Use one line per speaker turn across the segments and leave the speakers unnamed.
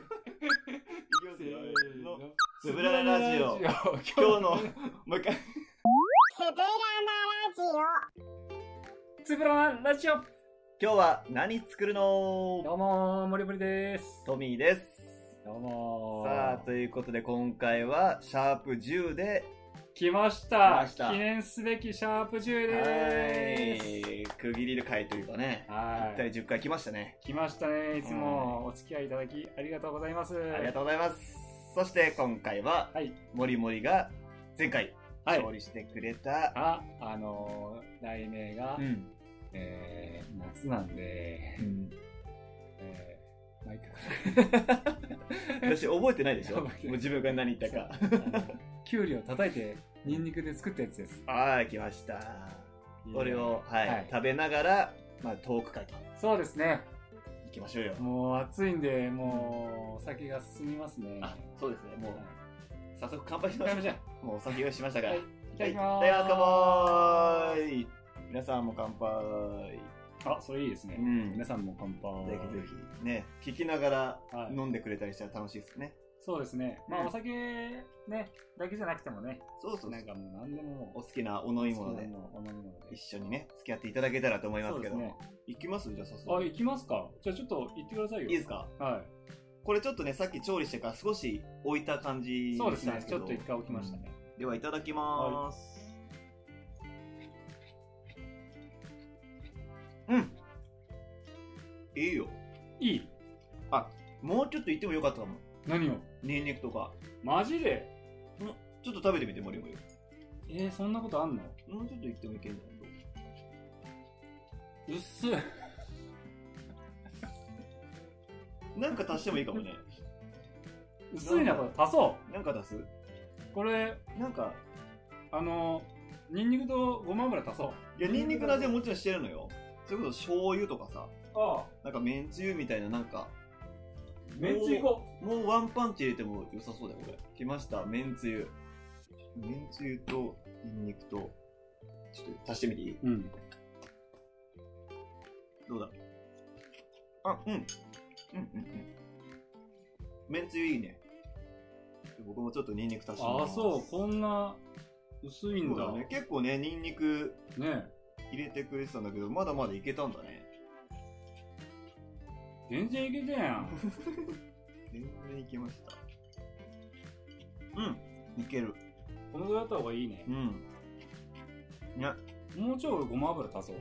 いきますよのつぶらなラジオ
今日
今日のもう一回
つぶらなラジオ
つぶらなラジオ
今日は何作るの
どうもー、もりもりです。
トミーです
どうもー。
さあということで今回はシャープ10で
来まし
来
た
ました
記念すべきシャープ10
は
でー
い区切りる回というかね
す。は
一
ーい。
体10回来ましたね
来ましたね。いつもお付き合いいただきありがとうございます。
ありがとうございますそして今回は
はい。
もりもりが前回
はい
勝利してくれた、
あ、あのー、題名が、
うん
えー、夏なんで、えー、毎回。
私覚えてない でしょ
覚
も
えてないう
自分が何言ったか
キュウリを叩いてニンニクで作ったやつです。
ああ来ましたこれを、はい
はい
食べながら、まあ、トーク会と
そうですね。
行きましょうよ
もう暑いんで、もうお酒が進みますね。
あそうですねもう
はい
早速乾杯し
行
ま
き
し
ましょう
ょう もうお酒用意しましたから、
はい
い
ただきます
いただきます乾杯皆さんも乾杯
あ、それいいですね。
うん
皆さんも乾
ぜ
杯。
ひぜひね聞きながら
はい
飲んでくれたりしたら楽しいですね、
そうですね。ま
う
あ
ん
お酒ね、だけじゃなくてもね、
そうそう
なんかもう何でも
お好きなお飲み物
好
で
きなものお飲み物で。
一緒にね付き合っていただけたらと思いま
そ
す
う
け
で
ど
すね。
行きますじゃあ早
あ、
速い
行きますか。じゃあちょっと行ってくださいよ。
いですか
は
これちょっとねさっき調理してから少し置いた感じ
い。そうです
なん
ね。
け
ち
ど
ょっと一回置きましたね。
ではいただきます、うんいいよ
いい
もうちょっと言ってもよかったかも
何を
ニンニクとか
マジで
ちょっと食べてみてもりもり
えー、そんなことあんの
もうちょっと言ってもいけんじゃないう
っすい。
なんか足してもいいかもね
薄いな、これ。足そ
なんか足す
う。これ、
なんか
あの、ニンニクとごま油足そう。
いやニンニクの味はもちろんしてるのよそれこそ醤油とかさ
ああ、
なんかめんつゆみたいななんか
めんつゆこ。
もうワンパンチ入れても良さそうだよこれ来ましためんつゆめんつゆとニンニクとちょっと足してみていいう
うん。
どうだあ、うん。うんうんうん。めんつゆいいね。僕もちょっとニンニク足してみ
あ
ま
あ、
す
そう、こんな薄いん
そう
だ。
だね
ね。
結構ね、ニンニク入れてくれてたんだけど、まだまだいけたんだね。
全然いけてんやん。
全然いけました。うん、いける。
このぐらいだった方がいいね
う。ん。ね、
もうちょいごま油足そう。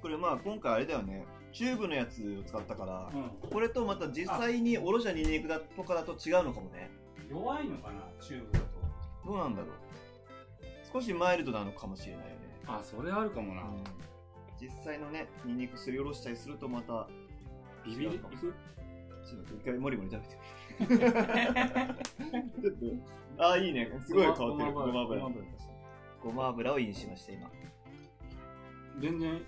これまあ今回あれだよね、チューブのやつを使ったから、
う
これとまた実際におろしたニンニクだとかだと違うのかもね。
ん。弱いのかな、チューブだと。
どうなんだろう。少しマイルドなのかもしれないよね。
あ、それあるかもな。
実際のねニンニクすりおろしたりするとまた
ビビ
違
リ
うかも
いく
ちょっと一回モリモリ食べ てみるちょっとああいいねすごい香ってるごま油
ごま足そう
ごま油をインしました今
全然、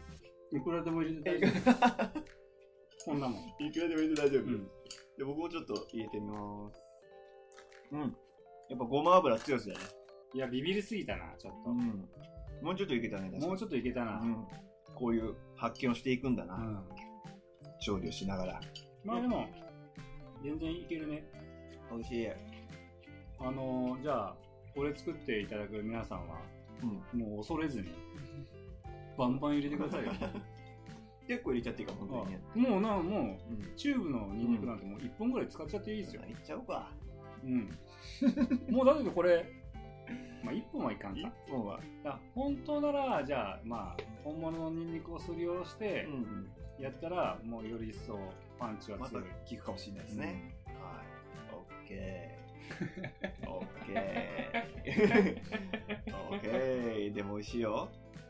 いくらでも入れて大丈夫。 こんなもん。
いくらでも入れて大丈夫、
うん。
で僕もちょっと入れてみますうんやっぱごま油強しだね
いや、ビビりすぎたな、ちょっと。
んもうちょっといけたね確かに
もうちょっといけたな。
うん、こういう発見をしていくんだな、
うん
調理をしながら
まあでも、全然いけるね。
美味しい
あのー、じゃあ、これ作っていただく皆さんは、
うん
もう恐れず に、バンバン入れてくださいよ。
結構入れちゃっていいかも本当にね
もうな、
う
も
ん
う、チューブのニンニクなんてもう1本ぐらい使っちゃっていいですよ。
いっちゃおうか
うん。 もうだけどこれ、まあ1本はいかん
一
か。
本は
だ本当なら、じゃあ、まあ、本物のニンニクをすりおろして、
ん
やったら、もうより一層パンチは
また
強い。
聞くかもしれないですね。はい。オッケー。オッケー。オッケ ー。でも美味しいよ。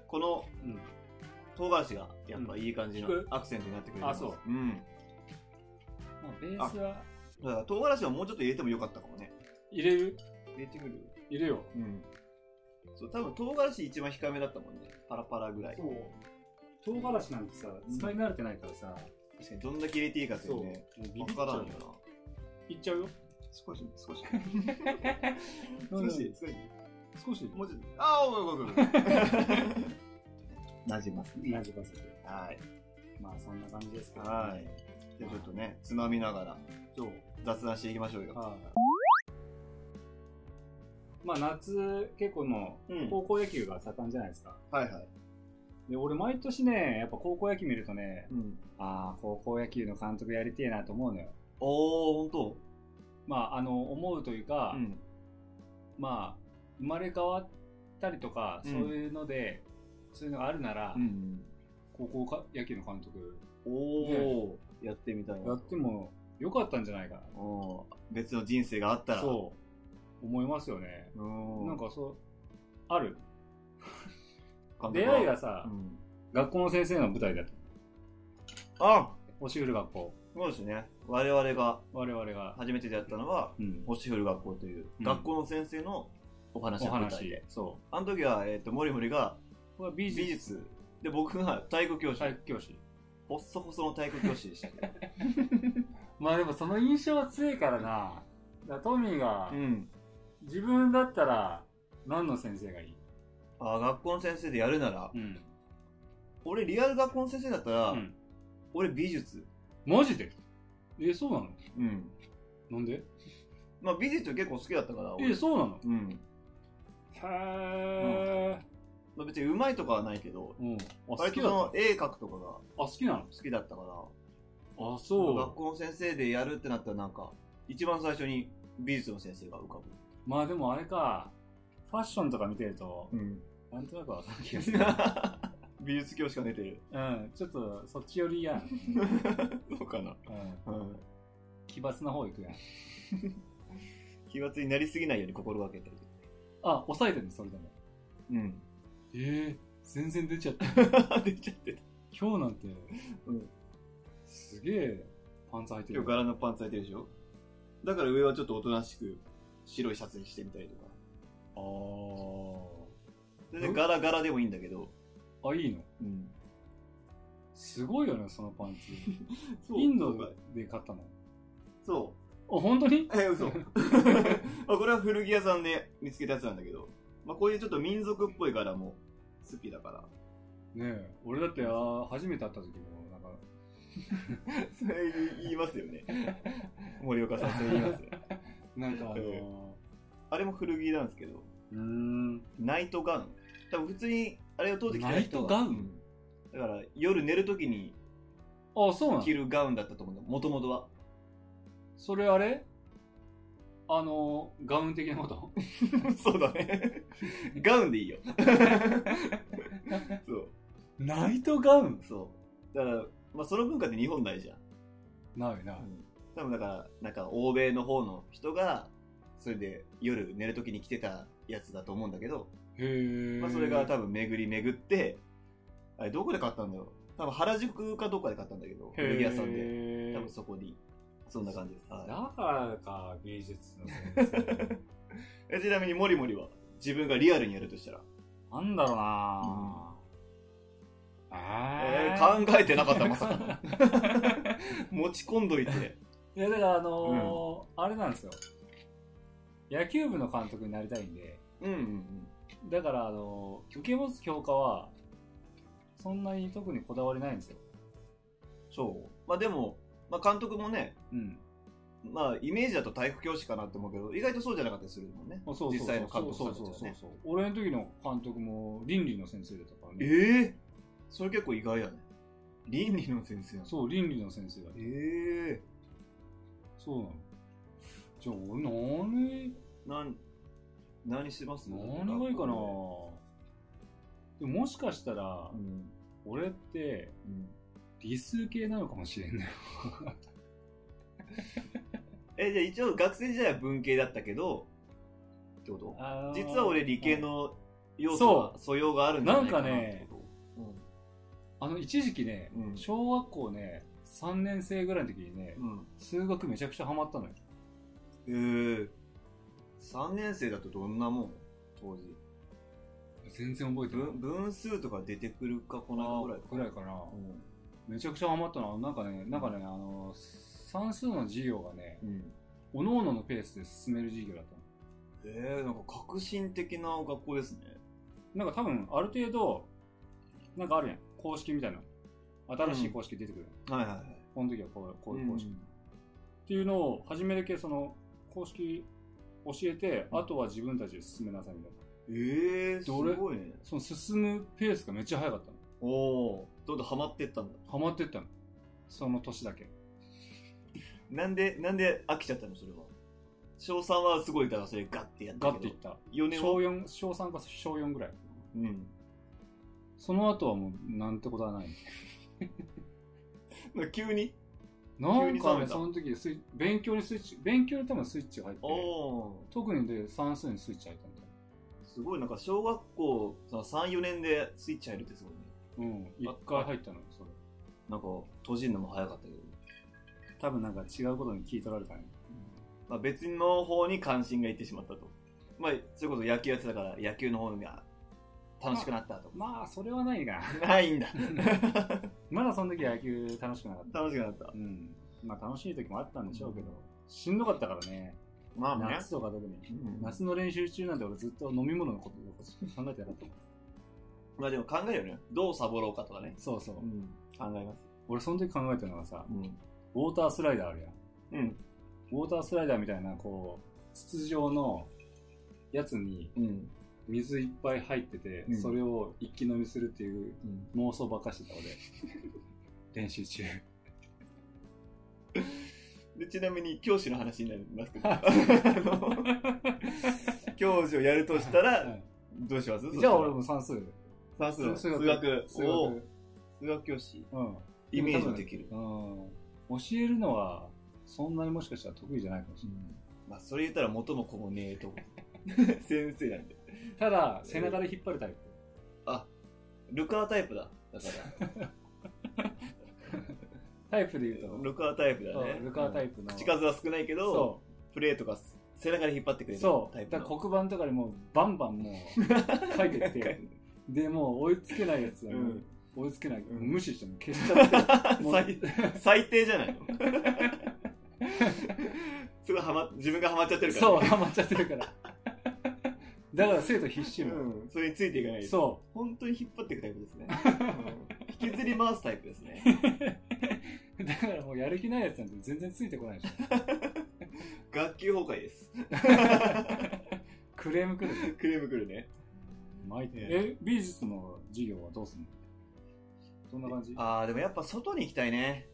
この
うん。うん
唐辛子がやっぱいい感じの
うん効く
アクセントになってくれてます。
あそう
うん。
まあ、ベースは、
だから唐辛子はもうちょっと入れてもよかったかもね。
入れる
入れてくる
入れよう。
うん。そう、多分唐辛子一番控えめだったもんね。パラパラぐらい。
そう唐辛子なんてさ使い慣れてないからさ、
確かにどんだけ入れていいかっていうね。
もうビビ
わ
っちゃ
か
う
らん
よ
よな。
いっちゃうよ
少し、少し。
なん
少
だ
し、少し。
少し
もうちょっと。ああ、おいおいおいおい。 なじますね。
なじかせて
はい。
まあそんな感じですけど、
はい。じゃあちょっとね、つまみながら、
そう。
雑談していきましょうよ。
まあ夏、結構の
うん
高校野球が盛んじゃないですか。
はいはい。
で、俺毎年ね、やっぱ高校野球見るとね、
うん。
ああ、高校野球の監督やりてえなと思うのよ。
おー、ほ
まあ、あの、思うというか、
んと
まあ、生まれ変わったりとか、
うん
そういうので、そういうのがあるなら、
うん。
高校か野球の監督、
おー、やってみたい
や
な
っ。てもよかったんじゃないか
おー別の人生があった
な。
ら。
そう、思いますよね。
う。うん。
なんかそう、ある。
監督、
出会いがさ、
うん。
学校の先生の舞台だと。
あ
教える学校。
そうですね。我々が
我々が。
初めてやったのは、
うん。
星降る学校という、
うん
学校の先生のお話
お
の舞台
話
で。。
そ
あの時は、えっ、と、モリモリが
う。これは美
美
術。
術。で、僕が体育教師。
体育教師。
細細の体育教師でした。
まあでもその印象は強いからな。だからトミーが
うん。
自分だったら何の先生がいい
あー学校の先生でやるなら、
うん。
俺リアル学校の先生だったら、
うん。
俺美術。
マジでえ、そうなの
うん。
なんで
まあ美術結構好きだったから、俺
え、そうなの
うん。
へ
まあ、別に上手いとかはないけど、
ー。うん。あ、好
割
き
と
だ
そ
あ、
の絵描くとかが
好きなの
好きだったから、
あ、そ
学校の先生でやるってなったらなんか、一番最初に美術の先生が浮か
う。まあでもあれか、ファッションとか見てると
ぶ。、うん。
なんとなくわかる気がする。
美術教師が出てる。
うん、ちょっとそっち寄りやん。
そうかな。
うん。
うん。
奇抜な方行くやん。
奇抜になりすぎないように心がけてる。
あ、抑えてるの、それでも。
うん。
ええ全然出ちゃった。
出ちゃってた。
今日なんて、
うん
すげえパンツ履いて
今
る
日。柄のパンツ履いてるでしょだから上はちょっとおとなしく白いシャツにしてみたりとか。
あ
全然柄柄でもいいんだけど。
ーあ、いいの
うん。
すごいよね、そのパンツ。
そう
インド
そうか
で買ったの。あ、
そ
本当に
う。え、 嘘。まあこれは古着屋さんで見つけたやつなんだけど。まあこういうちょっと民族っぽい柄も好きだから。
ねえ、俺だって、あー初めて会った時も、なんか、
それ言いますよね。 森岡さん、それ言いますよ。
なんかあの
ええ
ー、
あれも古着なんですけど、
うーん。
ナイトガウン。多分普通に、あれを当時着てた人は
ナイトガウン
うんだから夜寝るときに
あ、そうなの
着るガウンだったと思うんだ、もともと は。
それあれあのー、ガウン的なこと
そうだね。 ガウンでい いよ。そう。
ナイトガウン
そう。だから、まあ、その文化って日本ないじゃん。
ないな。
多分だから、なんか欧米の方の人が、それで夜寝るときに着てたやつだと思うんだけど、
へえ。
まあ、それが多分巡り巡って、あれどこで買ったんだろう。多分原宿かどっかで買ったんだけど、古着屋さんで。
で
多分そこに。そんな感じです。
だ
は
からか、美術の先
いえちなみに、モリモリは、自分がリアルにやるとしたら、
生。なんだろうなぁ。
え
えー、
ー考えてなかった、まさ か。持ち込んどいて。
いや、だからあのーあれなんですよ。野球部の監督になりたいんで、
うんうんうん。
だからあのー受け持つ教科は、そんなに特にこだわりないんですよ。
そう。まあでも、まあ監督もね、
うん。
まあイメージだと体育教師かなって思うけど、意外とそうじゃなかったりするもんね。
あそうそうそう
実際の監督さ
そ
ん
う
たち
そ
は
う
ね
そうそう。俺の時の監督も倫理の先生だったからね。
ええそれ結構意外やね。倫理の先生なの
そう、倫理の先生だった
ええ
そうなの。じゃあ俺何、
なん、何します
何がいいかなでももしかしたら
う、ん。
俺って
うん
理数系なのかもしれんない。
え、じゃあ一応学生時代は文系だったけど、ってこと
あー
実は俺理系。の要素は、素養があるんじゃないかなってこと
あの、一時期ね、
うん
小学校ね、3年生ぐらいの時にね、
うん。
数学めちゃくちゃハマったのよ。
ええ3年生だとどんなもん当時。
全然覚えてない。
分分数とか出てくるかこの間ぐらいか。
ぐらいかな。
うん
めちゃくちゃハマったのは、なんかね、なんかね、あの、算数の授業がね、
うん。
おのののペースで進める授業だったの。
ええなんか革新的な学校ですね。
なんか多分、ある程度、なんかあるやん。公式みたいな。新しい公式出てくる。
はいはいはい。
この時はこうこういうこうして、っていうのを初めだけその公式教えて、
うん
あとは自分たちで進めなさいみたいな
ええー、す
どれ
ごいね。
その進むペースがめっちゃ早かったの
おおー、どんどんハマってったんだ。
ハマってったのその年だけ
なんで、なんで飽きちゃったの、それは。翔さんはすごい、だからそれガッてやった
ガッ
け
てい
ど
っ。た
4年
小
は。
4小3か小4ぐらい
うん。
その後はもうなんてことはない
急に。
なん
急に冷
か
め
ね
た
その時スイッチ勉強にスイッチ勉強に多分スイッチが入って
おお
特にで算数にスイッチ入ったんだよ
ー。すごい、なんか小学校さ3、4年でスイッチ入るってすごいね。
うん一回入ったのそれ
なんか、閉じるのも早かったけど。
多分なんか違うことに聞い取られたね
まあ、別の方に関心がいってしまったと。まあ、それこそ野球やってたから、野球の方が楽しくなったと。
まあそれはない が
ないんだ。
まだその時は野球楽しくなかった
楽しくなった。
うんまあ楽しい時もあったんでしょうけどしんどかったからね
まあね。
夏とか特に
うん
夏の練習中なんて俺ずっと飲み物のことを考えてなかったもん
まあでも考えるよね。どうサボろうかとかね。
そうそう
考えます。
俺その時考えたのがさ
うん。
ウォータースライダーあるやん
うん。
ウォータースライダーみたいなこう筒状のやつに
うん。
水いっぱい入ってて、
うん
それを一気飲みするっていう
うん。
妄想ばっかしてた俺 練習中
で、ちなみに教師の話になります けど。あの教師をやるとした
は
ら、
い
どうします
じゃあ俺。も算数
算数。数学。
数学
を、数学教師。
うん
イメージできる。
うん教えるのはそんなにもしかしたら得意じゃないかもしれない、
まあ、それ言ったら元も子もねえ と思う。先生なんで。
ただ背中で引っ張るタイプ、
あ、ルカータイプだ。だか
タイプで言うと
ら、ルカータイプだ
そう
ね。
ルカータイプの、
口数は少ないけど、
そ
プレーとか背中で引っ張ってく
う
れる
そう
タイプ
だ
の。
から黒板とかにもうバンバンもう書いてって でもう追いつけないやつはもう
うん
追いつけない、
うん
無視してもう消しちゃってもう
最最低じゃないの すごいハマ自分がハマっちゃってるから
そう
ね、
ハマっちゃってるからだから生徒必死も、
うん、それについていかないと
そ
本当に引っ張っていくタイプです ね、うん引きずり回すタイプですね
うだからもうやる気ないやつなんて全然ついてこないでしょ
学級崩壊です
クレームくるね
クレームくるね
毎
え
え美術の授業はどうすんのどんな感じ
ああでもやっぱ外に行きたいね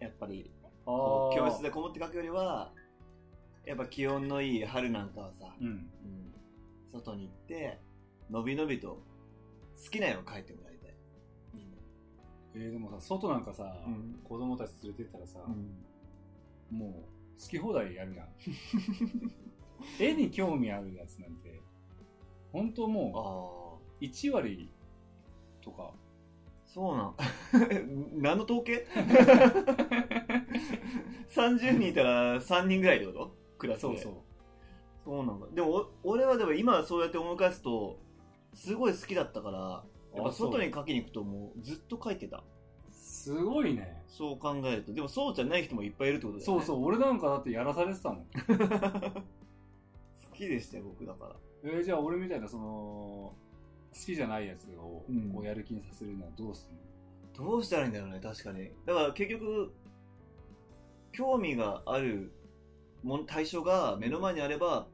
やっぱり
あ
こう
ー
教室でこもって書くよりはやっぱ気温のいい春なんかはさ、
うん
うん外に行ってのびのびと好きな絵を描いてもらいたいみんな
えーでもさ外なんかさ、
うん
子供たち連れてったらさ、
うん
もう好き放題やるやん 絵に興味あるやつなんて本当
あ
も
あ
う1割とか
そうなん。 何の統 計 ?30 人いたら3人ぐらいってことクラスで。
そうそう
そうなんだ。でもお、俺はでも今そうやって思い返すと、すごい好きだったから、やっぱ
あそう
外に書きに行くともうずっと書いてた。
すごいね
そう考えると。でもそうじゃない人もいっぱいいるってことだよ
そ
ね。。
うそうう俺なんかだってやらされてたもん
好きでしたよ、僕だから。
えーじゃあ俺みたいなその好きじゃないやつを
うん
こうやる気にさせるにはどうするの、
どうしたらいいんだろうね、確かに。だから結局、興味があるもん対象が目の前にあれば、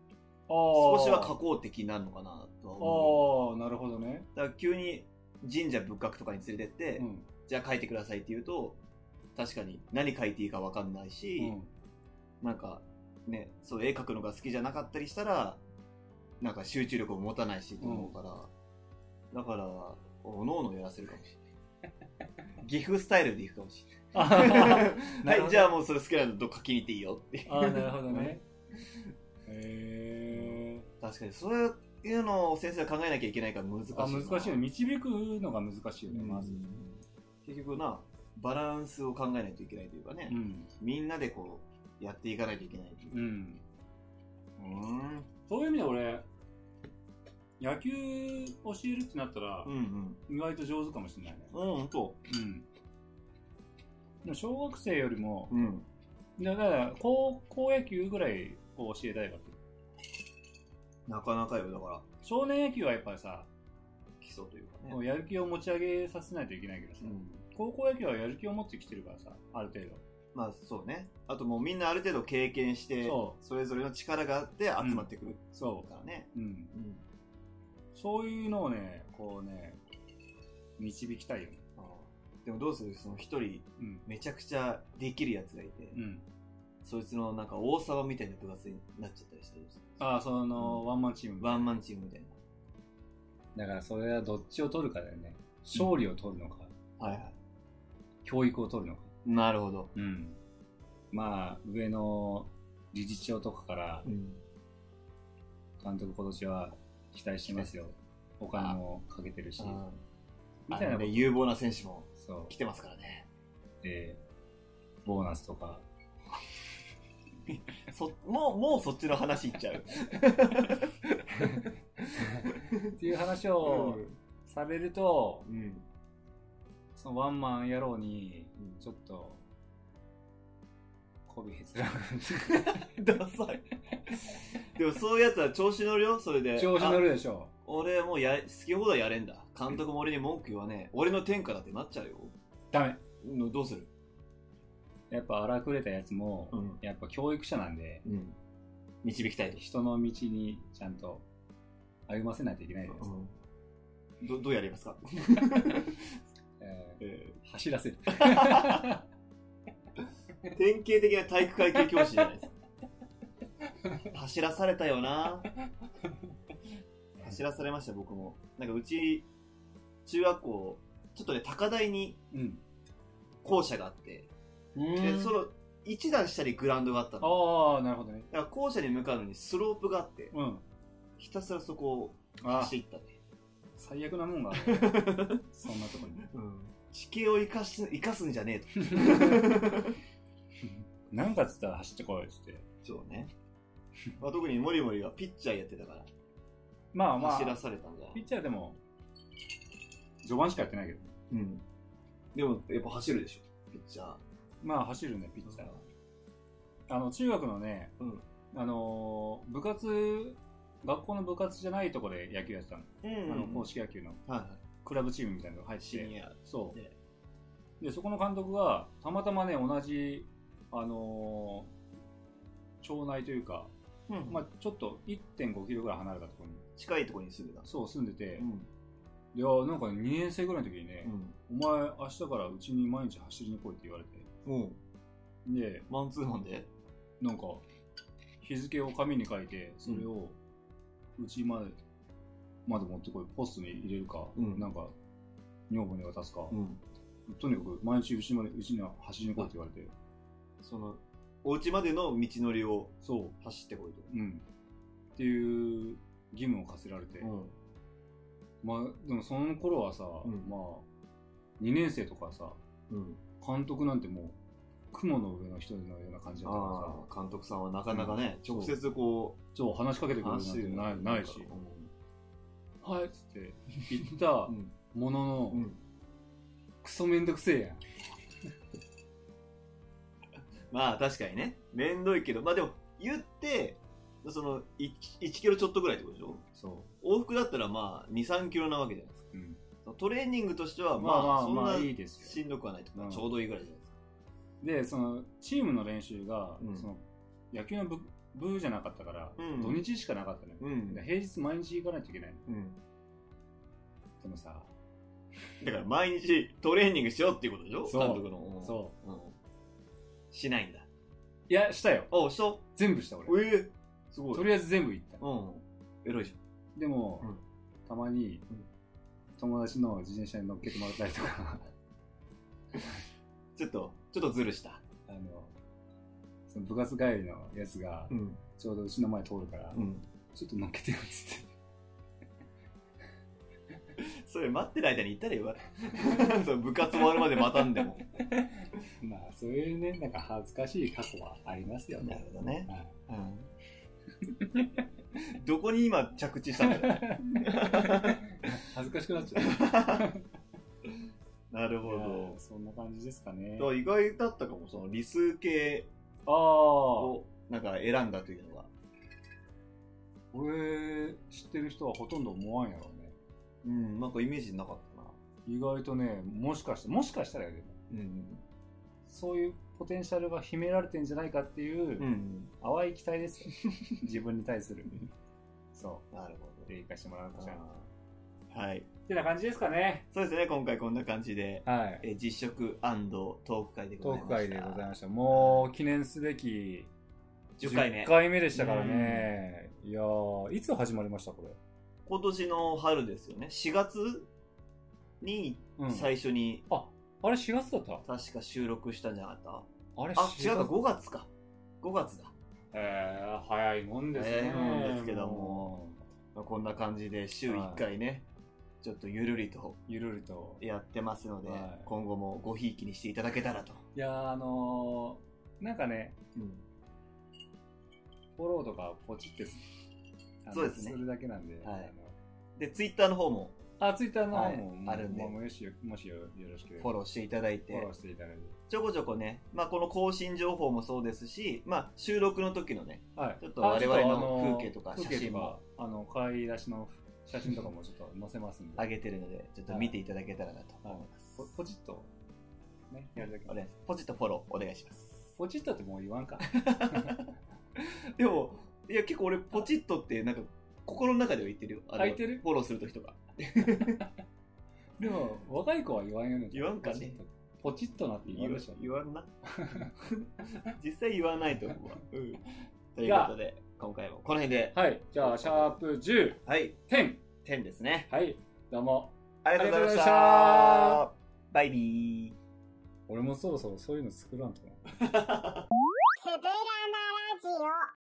あ
少
あ
しは加工的になるのかなとは思う。
ああなるほどね、
だから急に神社仏閣とかに連れてって、
うん
じゃあ書いてくださいって言うと確かに何書いていいか分かんないし、
うん
なんかねそう絵描くのが好きじゃなかったりしたらなんか集中力を持たないしと思うから、だからおのおのやらせるかもしれ ない岐阜スタイルでいくかもしれ
あ
ない
ーなるほ
は
ど
いじゃあもうそれ好きなのどっか気に入っていいよって
あーなるほどねへえ
確かにそういうのを先生は考えなきゃいけないから難しいな
あ難しいね導くのが難しいよねまず
うん結局なバランスを考えないといけないというかね、
うん
みんなでこうやっていかないといけないという
う
か
ん
うん
そういう意味で俺野球教えるってなったら
うんうん
意外と上手かもしれないね
うんうんと
うんでも小学生よりも
うん
だから高校野球ぐらいを教えたいわけ
なかなかよだから
少年野球はやっぱりさ
基礎というか
も
ね
うやる気を持ち上げさせないといけないけどさ、
うん
高校野球はやる気を持ってきてるからさある程度
まあそうね。あともうみんなある程度経験して、
そ
それぞれの力があって集まってくる
そ
からね。
う。うん。
うん。
そういうのをね、こうね、導きたいよね。
あーでもどうするその一人、
うん。
めちゃくちゃできるやつがいて、
うん。
そいつのなんか王様みたいな部活になっちゃったりしてる。
ああ、その、
うん
ワンマンチーム。
ワンマンチームみたいな。
だからそれはどっちを取るかだよね。勝利を取るのか、
はいはい。
教育を取るのか。
なるほど。
うん。まあ、上の理事長とかから、
うん。
監督今年は期待してますよ。お金もかけてるし。み
み
た
た
い
い
な
な、
こ
ね、
と
有望な選手も
そう。
来てますからね。
で、ボーナスとか。
そもう、もうそっちの話いっち ゃう。
っていう話をされると、
うん。うん。
そのワンマン野郎に、
うん
ちょっと、媚びへつら
ダサい。 でもそういうやつは調子乗るよ、それで。
く。調子乗
あ
るでしょ。
俺もうや好き放題やれんだ。監督も俺に文句言わねえ。俺の天下だってなっちゃうよ。
ダメ。
のどうする
やっぱ荒くれたやつも、
ん。
やっぱ教育者なんで、
うん。導きたいでし
人の道にちゃんと歩ませないといけないじゃないですか。
うん、どどうやりますか、
え
え
ー走 らせる。
ー典型的な体育会系教師じゃない ですか。走らされたよな走らされました、僕も。なんかうち、中学校、ちょっとね、高台に
うん。
校舎があって、で、その、一段下にグラウンドがあったの。
ああ、なるほどね。
だから校舎に向かうのにスロープがあって、
うん。
ひたすらそこを
あ
走ったね。
最悪なもんが ある。そんなとこに。
地形を生かし、生かすんじゃねえと。
なんかっつったら走ってこいっつって。
そうね。 まあ、特にモリモリはピッチャーやってたから、
まあまあ、
走らされたんじゃない
ピッチャーでも、序盤しかやってないけど。
うん。でも、やっぱ走るでしょ、ピッチャー。
まあ走るね、ピッチャーは。あの、中学のね、
うん
あのー、部活、学校の部活じゃないとこで野球やってたの。
うん
あの、公式野球の
はいは
クラブチームみたいなのが入っ
い。シ
て。
ニア。
そう
で。
で、そこの監督が、たまたまね、同じ、あのー、町内というか、
うん
まあ、ちょっと1.5キロぐらい離れたところに、
近いところに住んでた。
そう、住んでて、
ん。
で、あなんか2年生ぐらいの時にね、
うん。
お前、明日からうちに毎日走りに来いって言われて、
もう、
で、
マンツーマンで
なんか、日付を紙に書いて、それを、うちまで、まで持ってこい、ポストに入れるか、
うん
なんか、女房に渡すか、
ん。
とにかく毎日うちまで、うちには走りに来いって言われて、
その、お家までの道のりを
そう、
走ってこいと。
うん。っていう義務を課せられて、
ん。
まあ、でもその頃はさ、
うん
まあ、2年生とかさ、
うん。
監督なんてもう、雲の上の人のような感じだったからさ、
ああ、監督さんはなかなかね、
うん
直接こう、
そう話しかけてくるなんてないないし、はいっつ って言った
うん。
ものの、
うん。
クソめんどくせえやん。
まあ確かにね、めんどいけど、まあでも、言って、その1、1キロちょっとぐらいってことでしょ
そ
往復だったらまあ2、3キロなわけじゃないですか。
う。うん、
そのトレーニングとしては、
まあま
まあ、
あ
そん
まあ
ない
いです
し
よ。
んどくはないとか、
うん
ちょうどいいぐらいじゃないですか。
で、その、チームの練習が、
うん
その野球の部部じゃなかったから、
うん
土日しかなかったのよ。
うん
で平日毎日行かないといけないの。
うん。
でもさ、
だから毎日トレーニングしようっていうことでしょ
そう
監督の。。
そう
うん。しないんだ。
いや、したよ。
おう、した
全部した俺。
ええすごい。
とりあえず全部行った。
うん。エロいじ
でも、
うん
たまに
うん
友達の自転車に乗っけてもらったり とか、
ゃん。ちょっと、ちょっとズルした。
あの、その部活帰りのやつが、
ん。
ちょうどうちの前通るから、
うん。
ちょっと乗っけてよっつって。
それ待ってる間に行ったらよかった。 その部活終わるまで待たんでも。
まあ、そういうね、なんか恥ずかしい過去はありますよ
な
ね
る。ほどね。
はい
うん。どこに今着地したんだよ。
恥ずかしくなっ ちゃう。
なるほ
いや
ど
ー。そんな感じですかね
だか。ら意外だったかも、その理数系
ああ、
をなんか選んだというのが。
俺知ってる人はほとんど思わんやろうね。
うん、なんかイメージなかったな。
意外とね、もしかして、もしかしたらやでも、
うん。。
そういうポテンシャルが秘められてんじゃないかっていううん淡い期待 ですよ自分に対するそ
なるほ
うで行かしてもらうと
ど。
じゃんっ
あーはい。
てな感じですかね
そうですね、今回こんな感じで、
はい
えー実食トーク会でご
ト
ざ
ー
いまし
ク会
た。
でございましたもう記念すべき
10回目
10。回目でしたからねいやーいつ始まりましたこ
今年の春ですよね。4月に
れ、うん、
最初に、
ああれ4月だった
確か収録したんじゃなか
あれ
った、あ、違うか、
月
5月か。5月だ。
えー、早いもんです
早
ね、
いもんですけどもまあ、こんな感じで週1回ね、ちょっとゆるりと
ゆるりと
やってますので、
はい
今後もごひいきにしていただけたらと。
いやーあのーなんかね
うん。
フォローとかポチってすあの
そうですね
るだけなんで、
はいで、ツイッターの方も
あのあツイッターの方も、
はい
もう
あるんで
もうもしよもしよよろしければ
フォローしていただい
フォ
て
ロー、していただいて
ちょこちょこね、まあ、この更新情報もそうですし、まあ、収録の時のね、
はい
ちょっと我々の
あちょっとあのー
風景とか
風景
写真も
あの買い出しの写真とかもちょっと載せますんで
上げてるので、ちょっと見ていただけたらなと思います。
ポポチッとねやるだけ
お願いしますポチッとフォローお願いします。
ポチッとってもう言わんか
でも、いや、結構俺、ポチッとって、なんか、心の中では言ってるよ。あの
あ言ってる
フォローする時とか。
でも若い子は言わんよね
言わんかね
ポチッとポチッとなって言わんでしょ
言わん な。実際言わないと思うわ。うん。ということで、今回もこの辺で、
はいじゃあシャープ10
はい、
点
10ですね。
はいどうも
ありがとうございました。
あ
バイビー。
俺もそろそろそういうの作らんとな
すべらなラジオ